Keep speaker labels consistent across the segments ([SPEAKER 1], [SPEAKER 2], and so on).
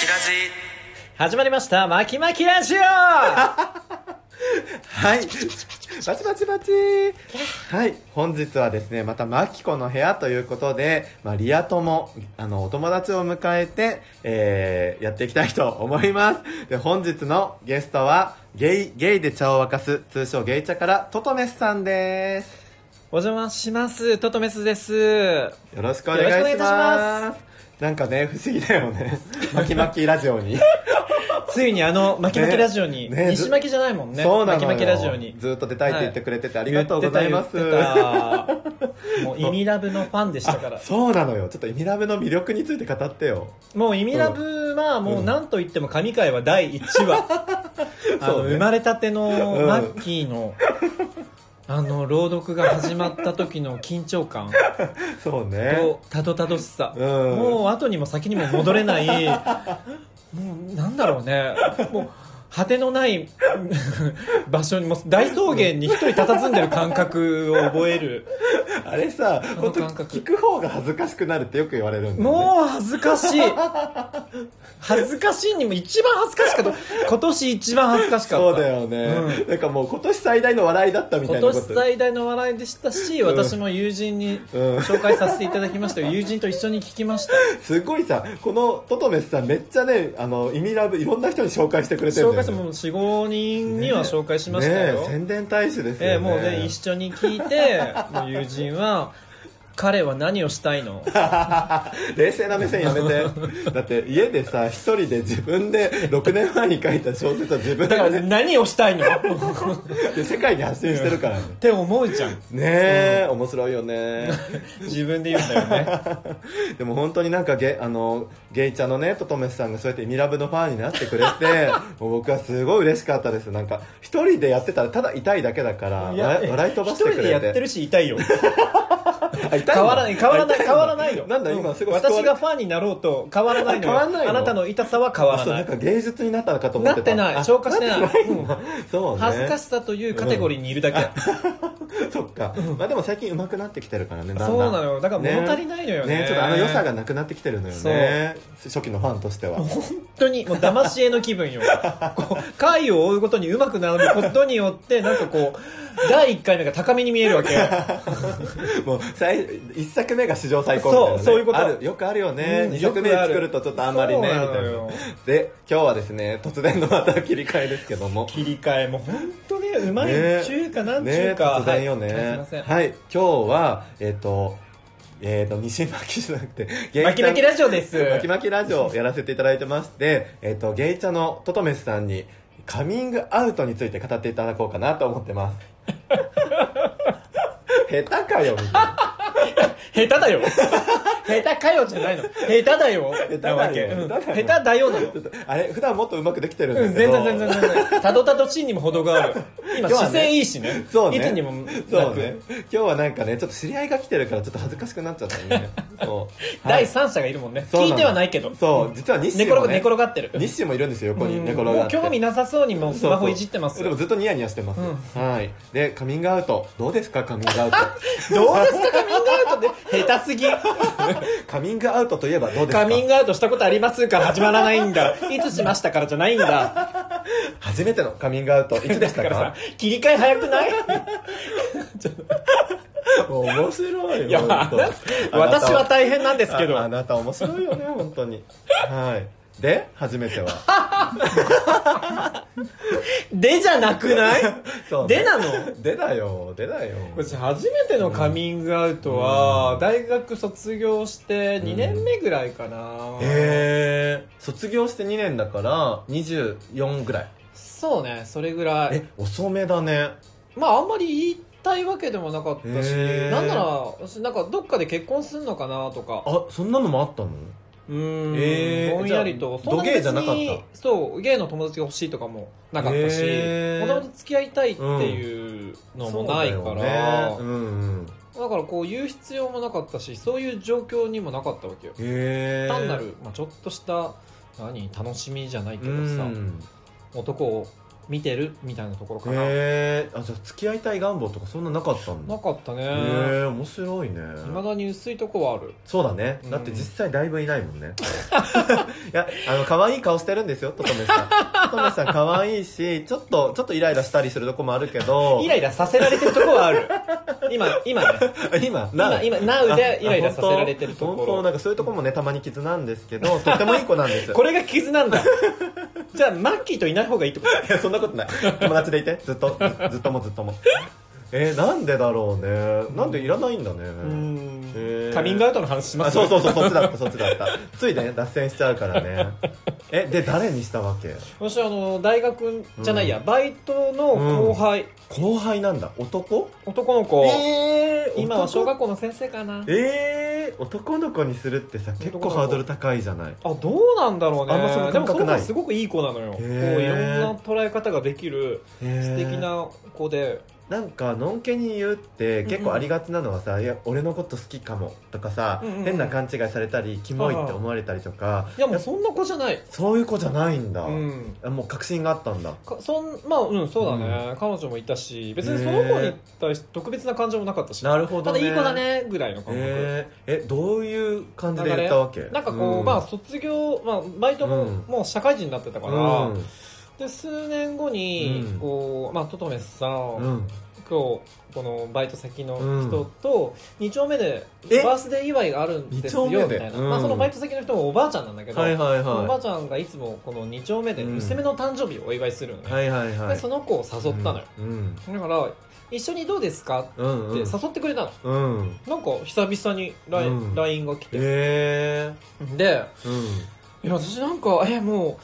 [SPEAKER 1] チラジ
[SPEAKER 2] 始まりました、まきまきラジオ は
[SPEAKER 3] はい。バチバチバチはい。本日はですね、また、マキコの部屋ということで、まあ、リア友、あの、お友達を迎えて、えー、やっていきたいと思います。で、本日のゲストは、ゲイ、ゲイで茶を沸かす、通称ゲイ茶から、トトメスさんです。
[SPEAKER 2] お邪魔します、トトメスです。
[SPEAKER 3] よろしくお願いし
[SPEAKER 2] よろしくお願
[SPEAKER 3] ます。
[SPEAKER 2] いいたし
[SPEAKER 3] なんかね、不思議だ よね。マキマキラジオに。
[SPEAKER 2] ついにあの、まきまきラジオに、
[SPEAKER 3] ねねず
[SPEAKER 2] 西巻じゃないもんね。
[SPEAKER 3] そうなのよ。
[SPEAKER 2] まきまきラジオに。
[SPEAKER 3] ずっと出たいって言ってくれてて、ありがとうございます。
[SPEAKER 2] 言ってた言ってたもう意味ラブのファンでしたから
[SPEAKER 3] あ。そうなのよちょっとイミラブの魅力について語ってよ
[SPEAKER 2] もう意味ラブは、もう何と言っても神回は第1話。 あの
[SPEAKER 3] そうね
[SPEAKER 2] 生まれたての
[SPEAKER 3] うん
[SPEAKER 2] マッキーの、あの、朗読が始まった時の緊張感
[SPEAKER 3] そうね
[SPEAKER 2] と、たどたどしさ。
[SPEAKER 3] うん
[SPEAKER 2] もう後にも先にも戻れないもうなんだろうねもう果てのない場所にもう大草原に一人佇んでる感覚を覚える
[SPEAKER 3] あれさ
[SPEAKER 2] の
[SPEAKER 3] 本当
[SPEAKER 2] 感覚
[SPEAKER 3] 聞く方が恥ずかしくなるってよく言われるんだよ、ね、
[SPEAKER 2] もう恥ずかしい恥ずかしいにも一番恥ずかしかった今年一番恥ずかしかった
[SPEAKER 3] そうだよね、なんかもう今年最大の笑いだったみたい
[SPEAKER 2] 今
[SPEAKER 3] なこ
[SPEAKER 2] 年
[SPEAKER 3] と
[SPEAKER 2] 最大の笑いでしたし、私も友人に紹介させていただきましたが友人と一緒に聞きました
[SPEAKER 3] すごいさこのトトメスさんめっちゃねあのイミラブいろんな人に紹介してくれてる
[SPEAKER 2] 紹
[SPEAKER 3] んだ
[SPEAKER 2] 介
[SPEAKER 3] よ、
[SPEAKER 2] した
[SPEAKER 3] ね、
[SPEAKER 2] も45人には紹介しましたよ、
[SPEAKER 3] ねえ宣伝大使ですよね、
[SPEAKER 2] えーもうね一緒に聞い てもう友人は「彼は何をしたいの?
[SPEAKER 3] 冷静な目線やめてだって家でさ一人で自分で6年前に書いた小説は自」分
[SPEAKER 2] だから
[SPEAKER 3] で、ね、
[SPEAKER 2] 何をしたい のっ
[SPEAKER 3] で世界に発信してるからね
[SPEAKER 2] て思うじゃん
[SPEAKER 3] ねえ、面白いよね
[SPEAKER 2] 自分で言うんだよね
[SPEAKER 3] でも本当になんかゲあのゲイちゃんのねととめさんがそうやってミラブのファンになってくれ てもう僕はすごい嬉しかったですなんか一人でやってたらただ痛いだけだから
[SPEAKER 2] いや
[SPEAKER 3] 笑い笑い飛ばしてくれて
[SPEAKER 2] 一人でやってるし痛いよ
[SPEAKER 3] あ痛いの
[SPEAKER 2] 変わらない変わらない変わらないよ
[SPEAKER 3] なんだ今すごい救わ
[SPEAKER 2] 私
[SPEAKER 3] れ
[SPEAKER 2] がファンになろうと変わらないのよ
[SPEAKER 3] 変わらないの
[SPEAKER 2] あなたの痛さは変わ
[SPEAKER 3] あ
[SPEAKER 2] ら
[SPEAKER 3] そう
[SPEAKER 2] な
[SPEAKER 3] な
[SPEAKER 2] い
[SPEAKER 3] んか芸術になったのかと思ってた
[SPEAKER 2] なってない
[SPEAKER 3] あ
[SPEAKER 2] 消化してない
[SPEAKER 3] ってんだそうね
[SPEAKER 2] 恥ずかしさというカテゴリーにいるだけ、
[SPEAKER 3] そっか、まあでも最近上手くなってきてるからねだんだん
[SPEAKER 2] そうなのよだから物足りないのよね
[SPEAKER 3] ねちょっとあの良さがなくなってきてるのよね初期のファンとしては
[SPEAKER 2] 本当にもう騙し絵の気分よこう回を追うごとに上手くなることによってなんかこう第1回目が高めに見えるわけよ
[SPEAKER 3] もう最一作目が史上最高みたいな、ね、
[SPEAKER 2] そうそういうこと
[SPEAKER 3] あるよくあるよね、
[SPEAKER 2] うん
[SPEAKER 3] 二作目
[SPEAKER 2] よくある
[SPEAKER 3] 作るとちょっとあんまりねみ
[SPEAKER 2] そう
[SPEAKER 3] たい
[SPEAKER 2] なの
[SPEAKER 3] な
[SPEAKER 2] よ
[SPEAKER 3] で今日はですね突然のまた切り替えですけども
[SPEAKER 2] 切り替えも本当ねうまい
[SPEAKER 3] ね
[SPEAKER 2] 中華なん
[SPEAKER 3] ね
[SPEAKER 2] 中華
[SPEAKER 3] 突然よね
[SPEAKER 2] はいすいません
[SPEAKER 3] はい今日はえっ、とえっ、と西巻じゃなくてゲイ
[SPEAKER 2] 巻き巻きラジオで
[SPEAKER 3] ジ
[SPEAKER 2] す
[SPEAKER 3] 巻き巻きラジオをやらせていただいてましてえっ、とゲイチャのトトメスさんにカミングアウトについて語っていただこうかなと思っ てます下手かよみたいな
[SPEAKER 2] 下手だよ下手かよじゃないの下手だよ下
[SPEAKER 3] 手だよ
[SPEAKER 2] うん
[SPEAKER 3] 下
[SPEAKER 2] 下
[SPEAKER 3] 手だよ
[SPEAKER 2] 手だよなの
[SPEAKER 3] ちょっとあれ普段もっとうまくできてるん
[SPEAKER 2] う
[SPEAKER 3] で
[SPEAKER 2] ん、
[SPEAKER 3] すけ
[SPEAKER 2] 全
[SPEAKER 3] ど、
[SPEAKER 2] 然全然全然たどたどしいにも程がある今
[SPEAKER 3] 今日は
[SPEAKER 2] 姿
[SPEAKER 3] ね
[SPEAKER 2] 勢いいしね
[SPEAKER 3] そうね
[SPEAKER 2] いつにもなく
[SPEAKER 3] そうね今日はなんかねちょっと知り合いが来てるからちょっと恥ずかしくなっちゃった ねそう
[SPEAKER 2] 第
[SPEAKER 3] 好
[SPEAKER 2] 三者がいるもんね
[SPEAKER 3] そう
[SPEAKER 2] 聞
[SPEAKER 3] なの
[SPEAKER 2] いてはないけど
[SPEAKER 3] そう実は日
[SPEAKER 2] 寝
[SPEAKER 3] 誌
[SPEAKER 2] 転
[SPEAKER 3] も、
[SPEAKER 2] が寝
[SPEAKER 3] ね、
[SPEAKER 2] 転がってる
[SPEAKER 3] 日誌もいるんですよ横に寝転がって
[SPEAKER 2] もう興味なさそうにもうスマホいじってます
[SPEAKER 3] そうそうでもずっとニヤニヤしてます、
[SPEAKER 2] う
[SPEAKER 3] はいでカミングアウトどうですかカミングアウト
[SPEAKER 2] どうですかカミングアウトって下手すぎ
[SPEAKER 3] カミングアウトといえばどうですか
[SPEAKER 2] カミングアウトしたことありますから始まらないんだいつしましたからじゃないんだ
[SPEAKER 3] 初めてのカミングアウトいつでし
[SPEAKER 2] だ
[SPEAKER 3] た
[SPEAKER 2] か
[SPEAKER 3] から
[SPEAKER 2] さ切り替え早くない
[SPEAKER 3] もう面白いよ
[SPEAKER 2] いや
[SPEAKER 3] 本当
[SPEAKER 2] 私は大変なんですけ
[SPEAKER 3] ああ
[SPEAKER 2] ど
[SPEAKER 3] なた面白いよね本当にはいで初めて は
[SPEAKER 2] でじゃなくない
[SPEAKER 3] そうね
[SPEAKER 2] でなの
[SPEAKER 3] 出だよ出だよ
[SPEAKER 2] 私初めてのカミングアウトは大学卒業して2年目ぐらいかな
[SPEAKER 3] へえ卒業して2年だから24ぐらい
[SPEAKER 2] そうねそれぐらい
[SPEAKER 3] え遅めだね
[SPEAKER 2] まああんまり言いたいわけでもなかったし
[SPEAKER 3] へー
[SPEAKER 2] なんなら私なんかどっかで結婚すんのかなとか
[SPEAKER 3] あそんなのもあったの
[SPEAKER 2] うーん、
[SPEAKER 3] えー
[SPEAKER 2] ぼんやりと
[SPEAKER 3] じゃあ
[SPEAKER 2] んに別に
[SPEAKER 3] ドゲーじゃなか
[SPEAKER 2] そうゲイの友達が欲しいとかもなかったし
[SPEAKER 3] へ
[SPEAKER 2] も
[SPEAKER 3] ー
[SPEAKER 2] ともと付き合いたいっていうのもないから
[SPEAKER 3] そ
[SPEAKER 2] だ,、
[SPEAKER 3] うだよねうんうん
[SPEAKER 2] からこう言う必要もなかったしそういう状況にもなかったわけよ
[SPEAKER 3] へえ
[SPEAKER 2] 単なる、まあ、ちょっとした何楽しみじゃないけど
[SPEAKER 3] う
[SPEAKER 2] さ
[SPEAKER 3] ん
[SPEAKER 2] 男を見てるみたいなところかな、
[SPEAKER 3] へえあじゃあ付き合いたい願望とかそんななかったんだ
[SPEAKER 2] なかったね
[SPEAKER 3] へえ面白いね
[SPEAKER 2] いまだに薄いとこはある
[SPEAKER 3] そうだね
[SPEAKER 2] うん
[SPEAKER 3] だって実際だいぶいないもんね いやあの可愛い顔してるんですよととめさんととめさん可愛いしちょっとちょっとイライラしたりするとこもあるけど
[SPEAKER 2] イライラさせられてるところはある 今今ね
[SPEAKER 3] 今な
[SPEAKER 2] 今今 Now でイライラ
[SPEAKER 3] あ
[SPEAKER 2] させられてると
[SPEAKER 3] 本当本当
[SPEAKER 2] こ
[SPEAKER 3] な
[SPEAKER 2] ろ
[SPEAKER 3] んかそういうとこもねたまに傷なんですけどとってもいい子なんで す
[SPEAKER 2] これが傷なんだじゃあマッキーといない方がいいってこと
[SPEAKER 3] いやそんなことない友達でいてずっとずずっともずっともえー、なんでだろうねなんでいらないんだねへー
[SPEAKER 2] カミングアウトの話しま
[SPEAKER 3] あ
[SPEAKER 2] す
[SPEAKER 3] そうそうそうそっちだったそっちだったついね脱線しちゃうからねえで誰にしたわけ
[SPEAKER 2] 私あの大学じゃないや、バイトの後輩、
[SPEAKER 3] 後輩なんだ男
[SPEAKER 2] 男の子、
[SPEAKER 3] えー
[SPEAKER 2] 今は小
[SPEAKER 3] 男
[SPEAKER 2] 学校の先生かな
[SPEAKER 3] えー、男の子にするってさ結構ハードル高いじゃない
[SPEAKER 2] あどうなんだろうね
[SPEAKER 3] あんまその感覚
[SPEAKER 2] でもその
[SPEAKER 3] ない
[SPEAKER 2] 子すごくいい子なのよこういろ
[SPEAKER 3] へ
[SPEAKER 2] ん
[SPEAKER 3] ー
[SPEAKER 2] な捉え方ができる素
[SPEAKER 3] 素
[SPEAKER 2] 敵な子で、
[SPEAKER 3] なんかのんけに言うって結構ありがちなのはさ「いや俺のこと好きかも」とかさ、
[SPEAKER 2] うんうんうん
[SPEAKER 3] 変な勘違いされたりキモいって思われたりとか
[SPEAKER 2] いやもうそんな子じゃない
[SPEAKER 3] そういう子じゃないんだ、
[SPEAKER 2] うん
[SPEAKER 3] あもう確信があったんだ
[SPEAKER 2] かそんまあうんそうだね、彼女もいたし別にその子に対して特別な感情もなかったし、
[SPEAKER 3] なるほ
[SPEAKER 2] た
[SPEAKER 3] ど、
[SPEAKER 2] だ
[SPEAKER 3] ね、
[SPEAKER 2] いい子だねぐらいの感覚、
[SPEAKER 3] へーえどういう感じで言ったわけ
[SPEAKER 2] なんかこう、
[SPEAKER 3] ん
[SPEAKER 2] まあ卒業、まあ、バイトも、
[SPEAKER 3] うん
[SPEAKER 2] もう社会人になってたから、
[SPEAKER 3] うん
[SPEAKER 2] で数年後に、
[SPEAKER 3] うん
[SPEAKER 2] こうまあトトメスさん、
[SPEAKER 3] うん
[SPEAKER 2] 今日このバイト先の人と2丁目で
[SPEAKER 3] え
[SPEAKER 2] バースデー祝いがあるんですよ
[SPEAKER 3] 二
[SPEAKER 2] み
[SPEAKER 3] 丁目
[SPEAKER 2] た
[SPEAKER 3] で
[SPEAKER 2] いな、
[SPEAKER 3] うん
[SPEAKER 2] まあ、そのバイト先の人もおばあちゃんなんだけど、
[SPEAKER 3] はいはい
[SPEAKER 2] そのおばあ
[SPEAKER 3] は
[SPEAKER 2] ちゃんがいつもこの2丁目で
[SPEAKER 3] うん
[SPEAKER 2] 娘の誕生日をお祝いするの
[SPEAKER 3] い
[SPEAKER 2] ね、
[SPEAKER 3] はいはいはい
[SPEAKER 2] でその子を誘ったのよ、
[SPEAKER 3] うん
[SPEAKER 2] だから一緒にどうですかって
[SPEAKER 3] うんうん
[SPEAKER 2] 誘ってくれたの、
[SPEAKER 3] うんうん
[SPEAKER 2] なんか久々に LINE,、
[SPEAKER 3] うん
[SPEAKER 2] ラインが来て
[SPEAKER 3] へ
[SPEAKER 2] で
[SPEAKER 3] えうん
[SPEAKER 2] いや私なんかえも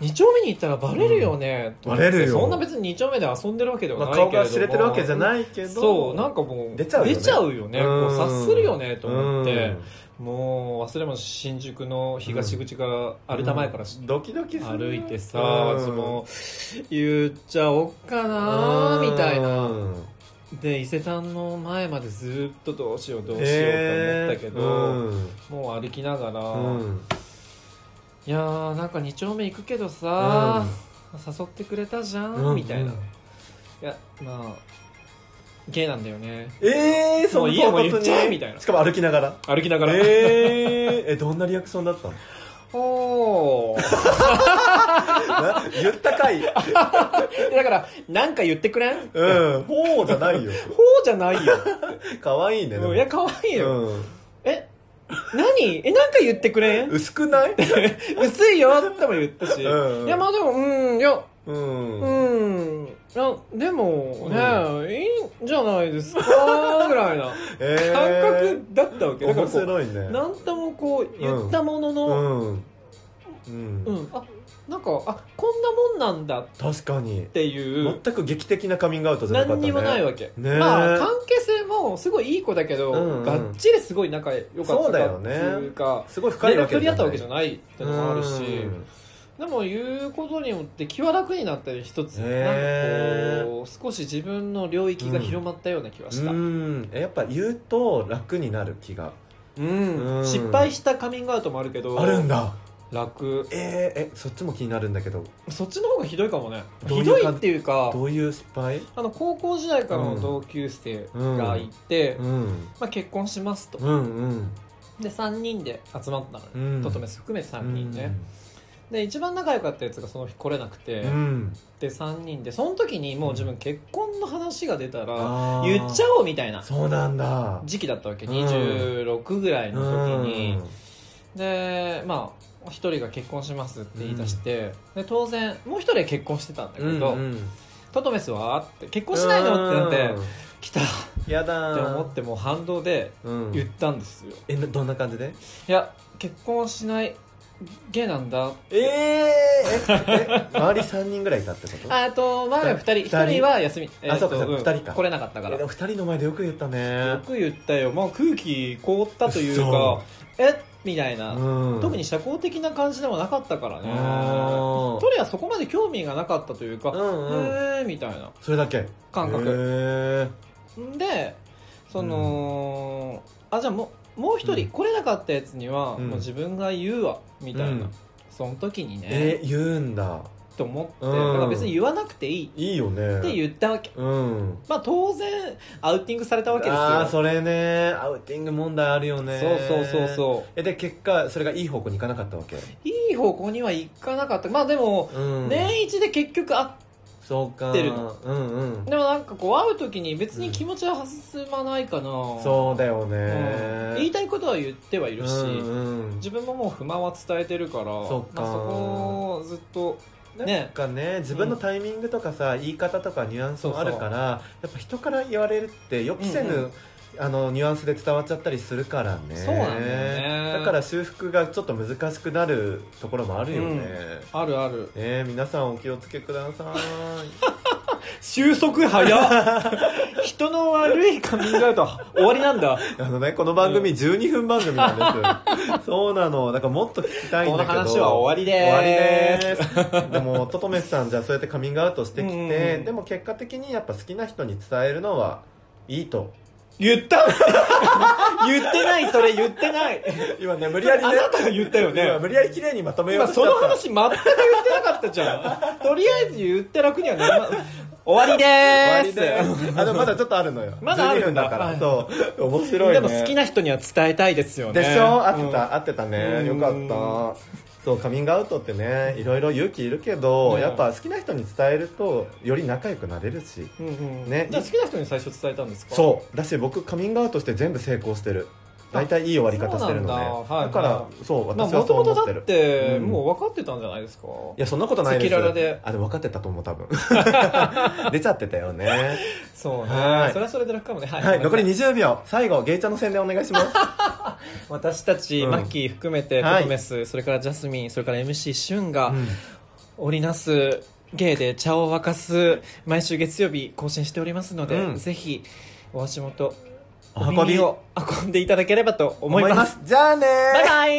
[SPEAKER 2] う2丁目に行ったらバレるよね、と思って
[SPEAKER 3] バレるよ
[SPEAKER 2] そんな別に2丁目で遊んでるわけでは
[SPEAKER 3] ま
[SPEAKER 2] な
[SPEAKER 3] あ、
[SPEAKER 2] いけれど
[SPEAKER 3] 顔
[SPEAKER 2] も、
[SPEAKER 3] が知れてるわけじゃないけど
[SPEAKER 2] そうなんかもう
[SPEAKER 3] 出ちゃうよね
[SPEAKER 2] よねこう察するよねと思って
[SPEAKER 3] うん、
[SPEAKER 2] もう忘れもし新宿の東口から歩いた前からし
[SPEAKER 3] ドキドキする
[SPEAKER 2] 歩いてさ、
[SPEAKER 3] うん
[SPEAKER 2] 私も言っちゃおっかなみたいな
[SPEAKER 3] うん
[SPEAKER 2] で伊勢丹の前までずっとどうしようどうしようと
[SPEAKER 3] へ
[SPEAKER 2] 思っ
[SPEAKER 3] ー
[SPEAKER 2] たけど、
[SPEAKER 3] うん
[SPEAKER 2] もう歩きながら、
[SPEAKER 3] うん
[SPEAKER 2] いやーなんか2丁目行くけどさ、誘ってくれたじゃん、
[SPEAKER 3] うん
[SPEAKER 2] みたいな、
[SPEAKER 3] うん
[SPEAKER 2] いやまあゲイなんだよね
[SPEAKER 3] えー、
[SPEAKER 2] も
[SPEAKER 3] その
[SPEAKER 2] ういいよもう
[SPEAKER 3] 唐
[SPEAKER 2] 言っ
[SPEAKER 3] 突
[SPEAKER 2] ちゃえ
[SPEAKER 3] に
[SPEAKER 2] みたいな
[SPEAKER 3] しかも歩きながら
[SPEAKER 2] 歩きながら、
[SPEAKER 3] えー、えどんなリアクションだったの
[SPEAKER 2] おー
[SPEAKER 3] な言ったかい
[SPEAKER 2] いやだから、なんか言ってくれんほ
[SPEAKER 3] うんほうじゃないよ
[SPEAKER 2] うじゃないよ。
[SPEAKER 3] 可愛いねで も
[SPEAKER 2] いや、可愛いよ。
[SPEAKER 3] うん
[SPEAKER 2] え、何え、なんか言ってくれん
[SPEAKER 3] 薄くない、
[SPEAKER 2] 薄いよっても言ったし。い
[SPEAKER 3] うん
[SPEAKER 2] や、まあでも、うん、いや、
[SPEAKER 3] うん
[SPEAKER 2] うん。いや、でも、
[SPEAKER 3] う
[SPEAKER 2] ね、いいんじゃないですか、ぐらいな
[SPEAKER 3] えー、
[SPEAKER 2] 感覚だったわけ。だから
[SPEAKER 3] 面
[SPEAKER 2] こう、
[SPEAKER 3] 白いね
[SPEAKER 2] なんともこう、言ったもの
[SPEAKER 3] う
[SPEAKER 2] の、
[SPEAKER 3] ん、うん
[SPEAKER 2] うん、あ、なんか、あ、こんなもんなんだっ
[SPEAKER 3] 確かに
[SPEAKER 2] ていう、
[SPEAKER 3] 全く劇的なカミングアウトじゃなかった
[SPEAKER 2] 何
[SPEAKER 3] ね
[SPEAKER 2] にもないわけ。
[SPEAKER 3] ねえ
[SPEAKER 2] まあ関係性もすごいいい子だけど、
[SPEAKER 3] うんうん
[SPEAKER 2] がっちりすごい仲良かった
[SPEAKER 3] そうだよ
[SPEAKER 2] って
[SPEAKER 3] ね
[SPEAKER 2] いうか
[SPEAKER 3] すごい深
[SPEAKER 2] 連
[SPEAKER 3] いわ
[SPEAKER 2] 絡
[SPEAKER 3] け
[SPEAKER 2] 取り合ったわけじ
[SPEAKER 3] じゃ
[SPEAKER 2] ゃ
[SPEAKER 3] ない
[SPEAKER 2] ないってのもあるし
[SPEAKER 3] うん
[SPEAKER 2] でも言うことによって気は楽になったり一つ、
[SPEAKER 3] へえ
[SPEAKER 2] なんかこう少し自分の領域が広まったような気はした、
[SPEAKER 3] う
[SPEAKER 2] うん
[SPEAKER 3] んやっぱ言うと楽になる気がうん
[SPEAKER 2] 失敗したカミングアウトもあるけど
[SPEAKER 3] あるんだ
[SPEAKER 2] 楽
[SPEAKER 3] えー、えそっちも気になるんだけど
[SPEAKER 2] そっちの方がひどいかもね
[SPEAKER 3] どうい
[SPEAKER 2] ひ
[SPEAKER 3] うか
[SPEAKER 2] どいっていうか
[SPEAKER 3] どういう失敗
[SPEAKER 2] あの高校時代からの同級生がいて、
[SPEAKER 3] うん
[SPEAKER 2] まあ、結婚しますと、
[SPEAKER 3] うんうん
[SPEAKER 2] で3人で集まったのよ、
[SPEAKER 3] うん
[SPEAKER 2] トトメス含めて3人ね、で一番仲良かったやつがその日来れなくて、
[SPEAKER 3] うん
[SPEAKER 2] で3人でその時にもう自分結婚の話が出たら
[SPEAKER 3] あー
[SPEAKER 2] 言っちゃおうみたいな
[SPEAKER 3] そうなんだ
[SPEAKER 2] 時期だったわけ
[SPEAKER 3] うん
[SPEAKER 2] 26ぐらいの時に
[SPEAKER 3] う、ん
[SPEAKER 2] でまあ一人が結婚しますって言い出して、で当然もう一人は結婚してたんだけど「
[SPEAKER 3] うんうん
[SPEAKER 2] トトメスは?」って「結婚しないの?」ってなって「来た!」っ
[SPEAKER 3] うんやだ
[SPEAKER 2] て
[SPEAKER 3] ー
[SPEAKER 2] 思ってもう反動で
[SPEAKER 3] うん
[SPEAKER 2] 言ったんですよ、
[SPEAKER 3] えなどんな感じで
[SPEAKER 2] いや結婚しないゲイなんだ
[SPEAKER 3] えー、ええ 周り3人ぐらいいたってこと
[SPEAKER 2] あえっと前は2人
[SPEAKER 3] 二人
[SPEAKER 2] 1人は休みえっと
[SPEAKER 3] そうかそうか
[SPEAKER 2] ん
[SPEAKER 3] 二人か
[SPEAKER 2] 来れなかったから
[SPEAKER 3] えでも2人の前でよく言ったね
[SPEAKER 2] よく言ったよもう空気凍ったというかえっみたいな、
[SPEAKER 3] うん
[SPEAKER 2] 特に社交的な感じでもなかったからね
[SPEAKER 3] あー
[SPEAKER 2] トリはそこまで興味がなかったというか、
[SPEAKER 3] うんうん
[SPEAKER 2] へーみたいな
[SPEAKER 3] それだけ
[SPEAKER 2] 感覚
[SPEAKER 3] へー
[SPEAKER 2] んでその、あじゃあもうもう一
[SPEAKER 3] う
[SPEAKER 2] 人
[SPEAKER 3] ん
[SPEAKER 2] 来れなかったやつには、
[SPEAKER 3] うん
[SPEAKER 2] もう自分が言うわみたいな、
[SPEAKER 3] うん
[SPEAKER 2] その時にね、
[SPEAKER 3] えー、言うんだ
[SPEAKER 2] って思って、
[SPEAKER 3] うん
[SPEAKER 2] だから別に言わなくていい
[SPEAKER 3] いいよね
[SPEAKER 2] って
[SPEAKER 3] う
[SPEAKER 2] 言ったわけ、
[SPEAKER 3] うん
[SPEAKER 2] まあ当然アウティングされたわけですよ
[SPEAKER 3] ああそれねアウティング問題あるよね
[SPEAKER 2] そうそうそうそう
[SPEAKER 3] えで結果それがいい方向に行かなかったわけ
[SPEAKER 2] いい方向にはいかなかったまあでも、
[SPEAKER 3] うん
[SPEAKER 2] 年一で結局あ
[SPEAKER 3] そうか
[SPEAKER 2] 合ってるの
[SPEAKER 3] うんうん
[SPEAKER 2] でもなんかこう会う時に別に気持ちは進まないかな、
[SPEAKER 3] そうだよ
[SPEAKER 2] うん、
[SPEAKER 3] ね
[SPEAKER 2] 言いたいことは言ってはいるし、
[SPEAKER 3] うんうん
[SPEAKER 2] 自分ももう不満は伝えてるから
[SPEAKER 3] そっか
[SPEAKER 2] まあ、そこをずっと
[SPEAKER 3] なんかね自分のタイミングとかさ、言い方とかニュアンスもあるからやっぱ人から言われるって予期せぬ、
[SPEAKER 2] うんう
[SPEAKER 3] あのニュアンスで伝わっちゃったりするからね
[SPEAKER 2] そうなんだよね
[SPEAKER 3] だから修復がちょっと難しくなるところもあるよね、
[SPEAKER 2] うん
[SPEAKER 3] ね
[SPEAKER 2] あるある
[SPEAKER 3] え皆さんお気をつけください
[SPEAKER 2] 収束 早っ人の悪いカミングアウトは終わりなんだ
[SPEAKER 3] あのねこの番組
[SPEAKER 2] う
[SPEAKER 3] 12分番組な んですよそうなのだからもっと聞きたいんだけど
[SPEAKER 2] この話は終わりでー
[SPEAKER 3] す終わりですでもととめさんじゃあそうやってカミングアウトしてきて、
[SPEAKER 2] うんうんうん
[SPEAKER 3] でも結果的にやっぱ好きな人に伝えるのはいいと
[SPEAKER 2] 言った 言ってないそれ言ってない
[SPEAKER 3] 今ね無理やりね
[SPEAKER 2] あなたが言ったよ
[SPEAKER 3] 今
[SPEAKER 2] ね
[SPEAKER 3] 無理やり綺麗にまとめよう
[SPEAKER 2] 今
[SPEAKER 3] としち
[SPEAKER 2] そ
[SPEAKER 3] ゃ
[SPEAKER 2] の
[SPEAKER 3] った
[SPEAKER 2] 話全く言ってなかったじゃんとりあえず言って楽にはなりま終わりでーす
[SPEAKER 3] 終わりであでもまだちょっとあるのよ
[SPEAKER 2] まだある
[SPEAKER 3] 12分
[SPEAKER 2] んだ
[SPEAKER 3] だから、
[SPEAKER 2] はい
[SPEAKER 3] そう面白いね
[SPEAKER 2] でも好きな人には伝えたいですよね
[SPEAKER 3] でしょ合っ
[SPEAKER 2] うん
[SPEAKER 3] てた、合ってたね
[SPEAKER 2] う
[SPEAKER 3] よ
[SPEAKER 2] ん
[SPEAKER 3] かったそうカミングアウトってねいろいろ勇気いるけど、
[SPEAKER 2] ね
[SPEAKER 3] やっぱ好きな人に伝えるとより仲良くなれるし
[SPEAKER 2] うんうん
[SPEAKER 3] ね
[SPEAKER 2] じゃあ好きな人に最初伝えたんですかう
[SPEAKER 3] そうだし僕カミングアウトして全部成功してる大体いい終わり方してるのね
[SPEAKER 2] そうなんだはい
[SPEAKER 3] だから、
[SPEAKER 2] は
[SPEAKER 3] そう
[SPEAKER 2] まあ
[SPEAKER 3] 私
[SPEAKER 2] も
[SPEAKER 3] は
[SPEAKER 2] と
[SPEAKER 3] そう
[SPEAKER 2] もと
[SPEAKER 3] 思って
[SPEAKER 2] だっ
[SPEAKER 3] る
[SPEAKER 2] て
[SPEAKER 3] うん
[SPEAKER 2] もう分かってたんじゃないですか
[SPEAKER 3] いやそんなことないです
[SPEAKER 2] 赤裸々で
[SPEAKER 3] あでも分かってたと思う多分 出ちゃってたよね
[SPEAKER 2] そう
[SPEAKER 3] は
[SPEAKER 2] ね
[SPEAKER 3] い
[SPEAKER 2] それはそれで楽かもねは
[SPEAKER 3] はい、残り20秒。最後、ゲイちゃんの宣伝お願い します。
[SPEAKER 2] 私たち、
[SPEAKER 3] うん
[SPEAKER 2] マッキー含めて
[SPEAKER 3] はい
[SPEAKER 2] トトメス、それからジャスミンそれから MC シュンが
[SPEAKER 3] うん
[SPEAKER 2] 織りなす芸で茶を沸かす毎週月曜日更新しておりますので、
[SPEAKER 3] うん
[SPEAKER 2] ぜひお足元
[SPEAKER 3] お運び
[SPEAKER 2] 耳を運んでいただければと思います
[SPEAKER 3] じゃあねー
[SPEAKER 2] バイバイ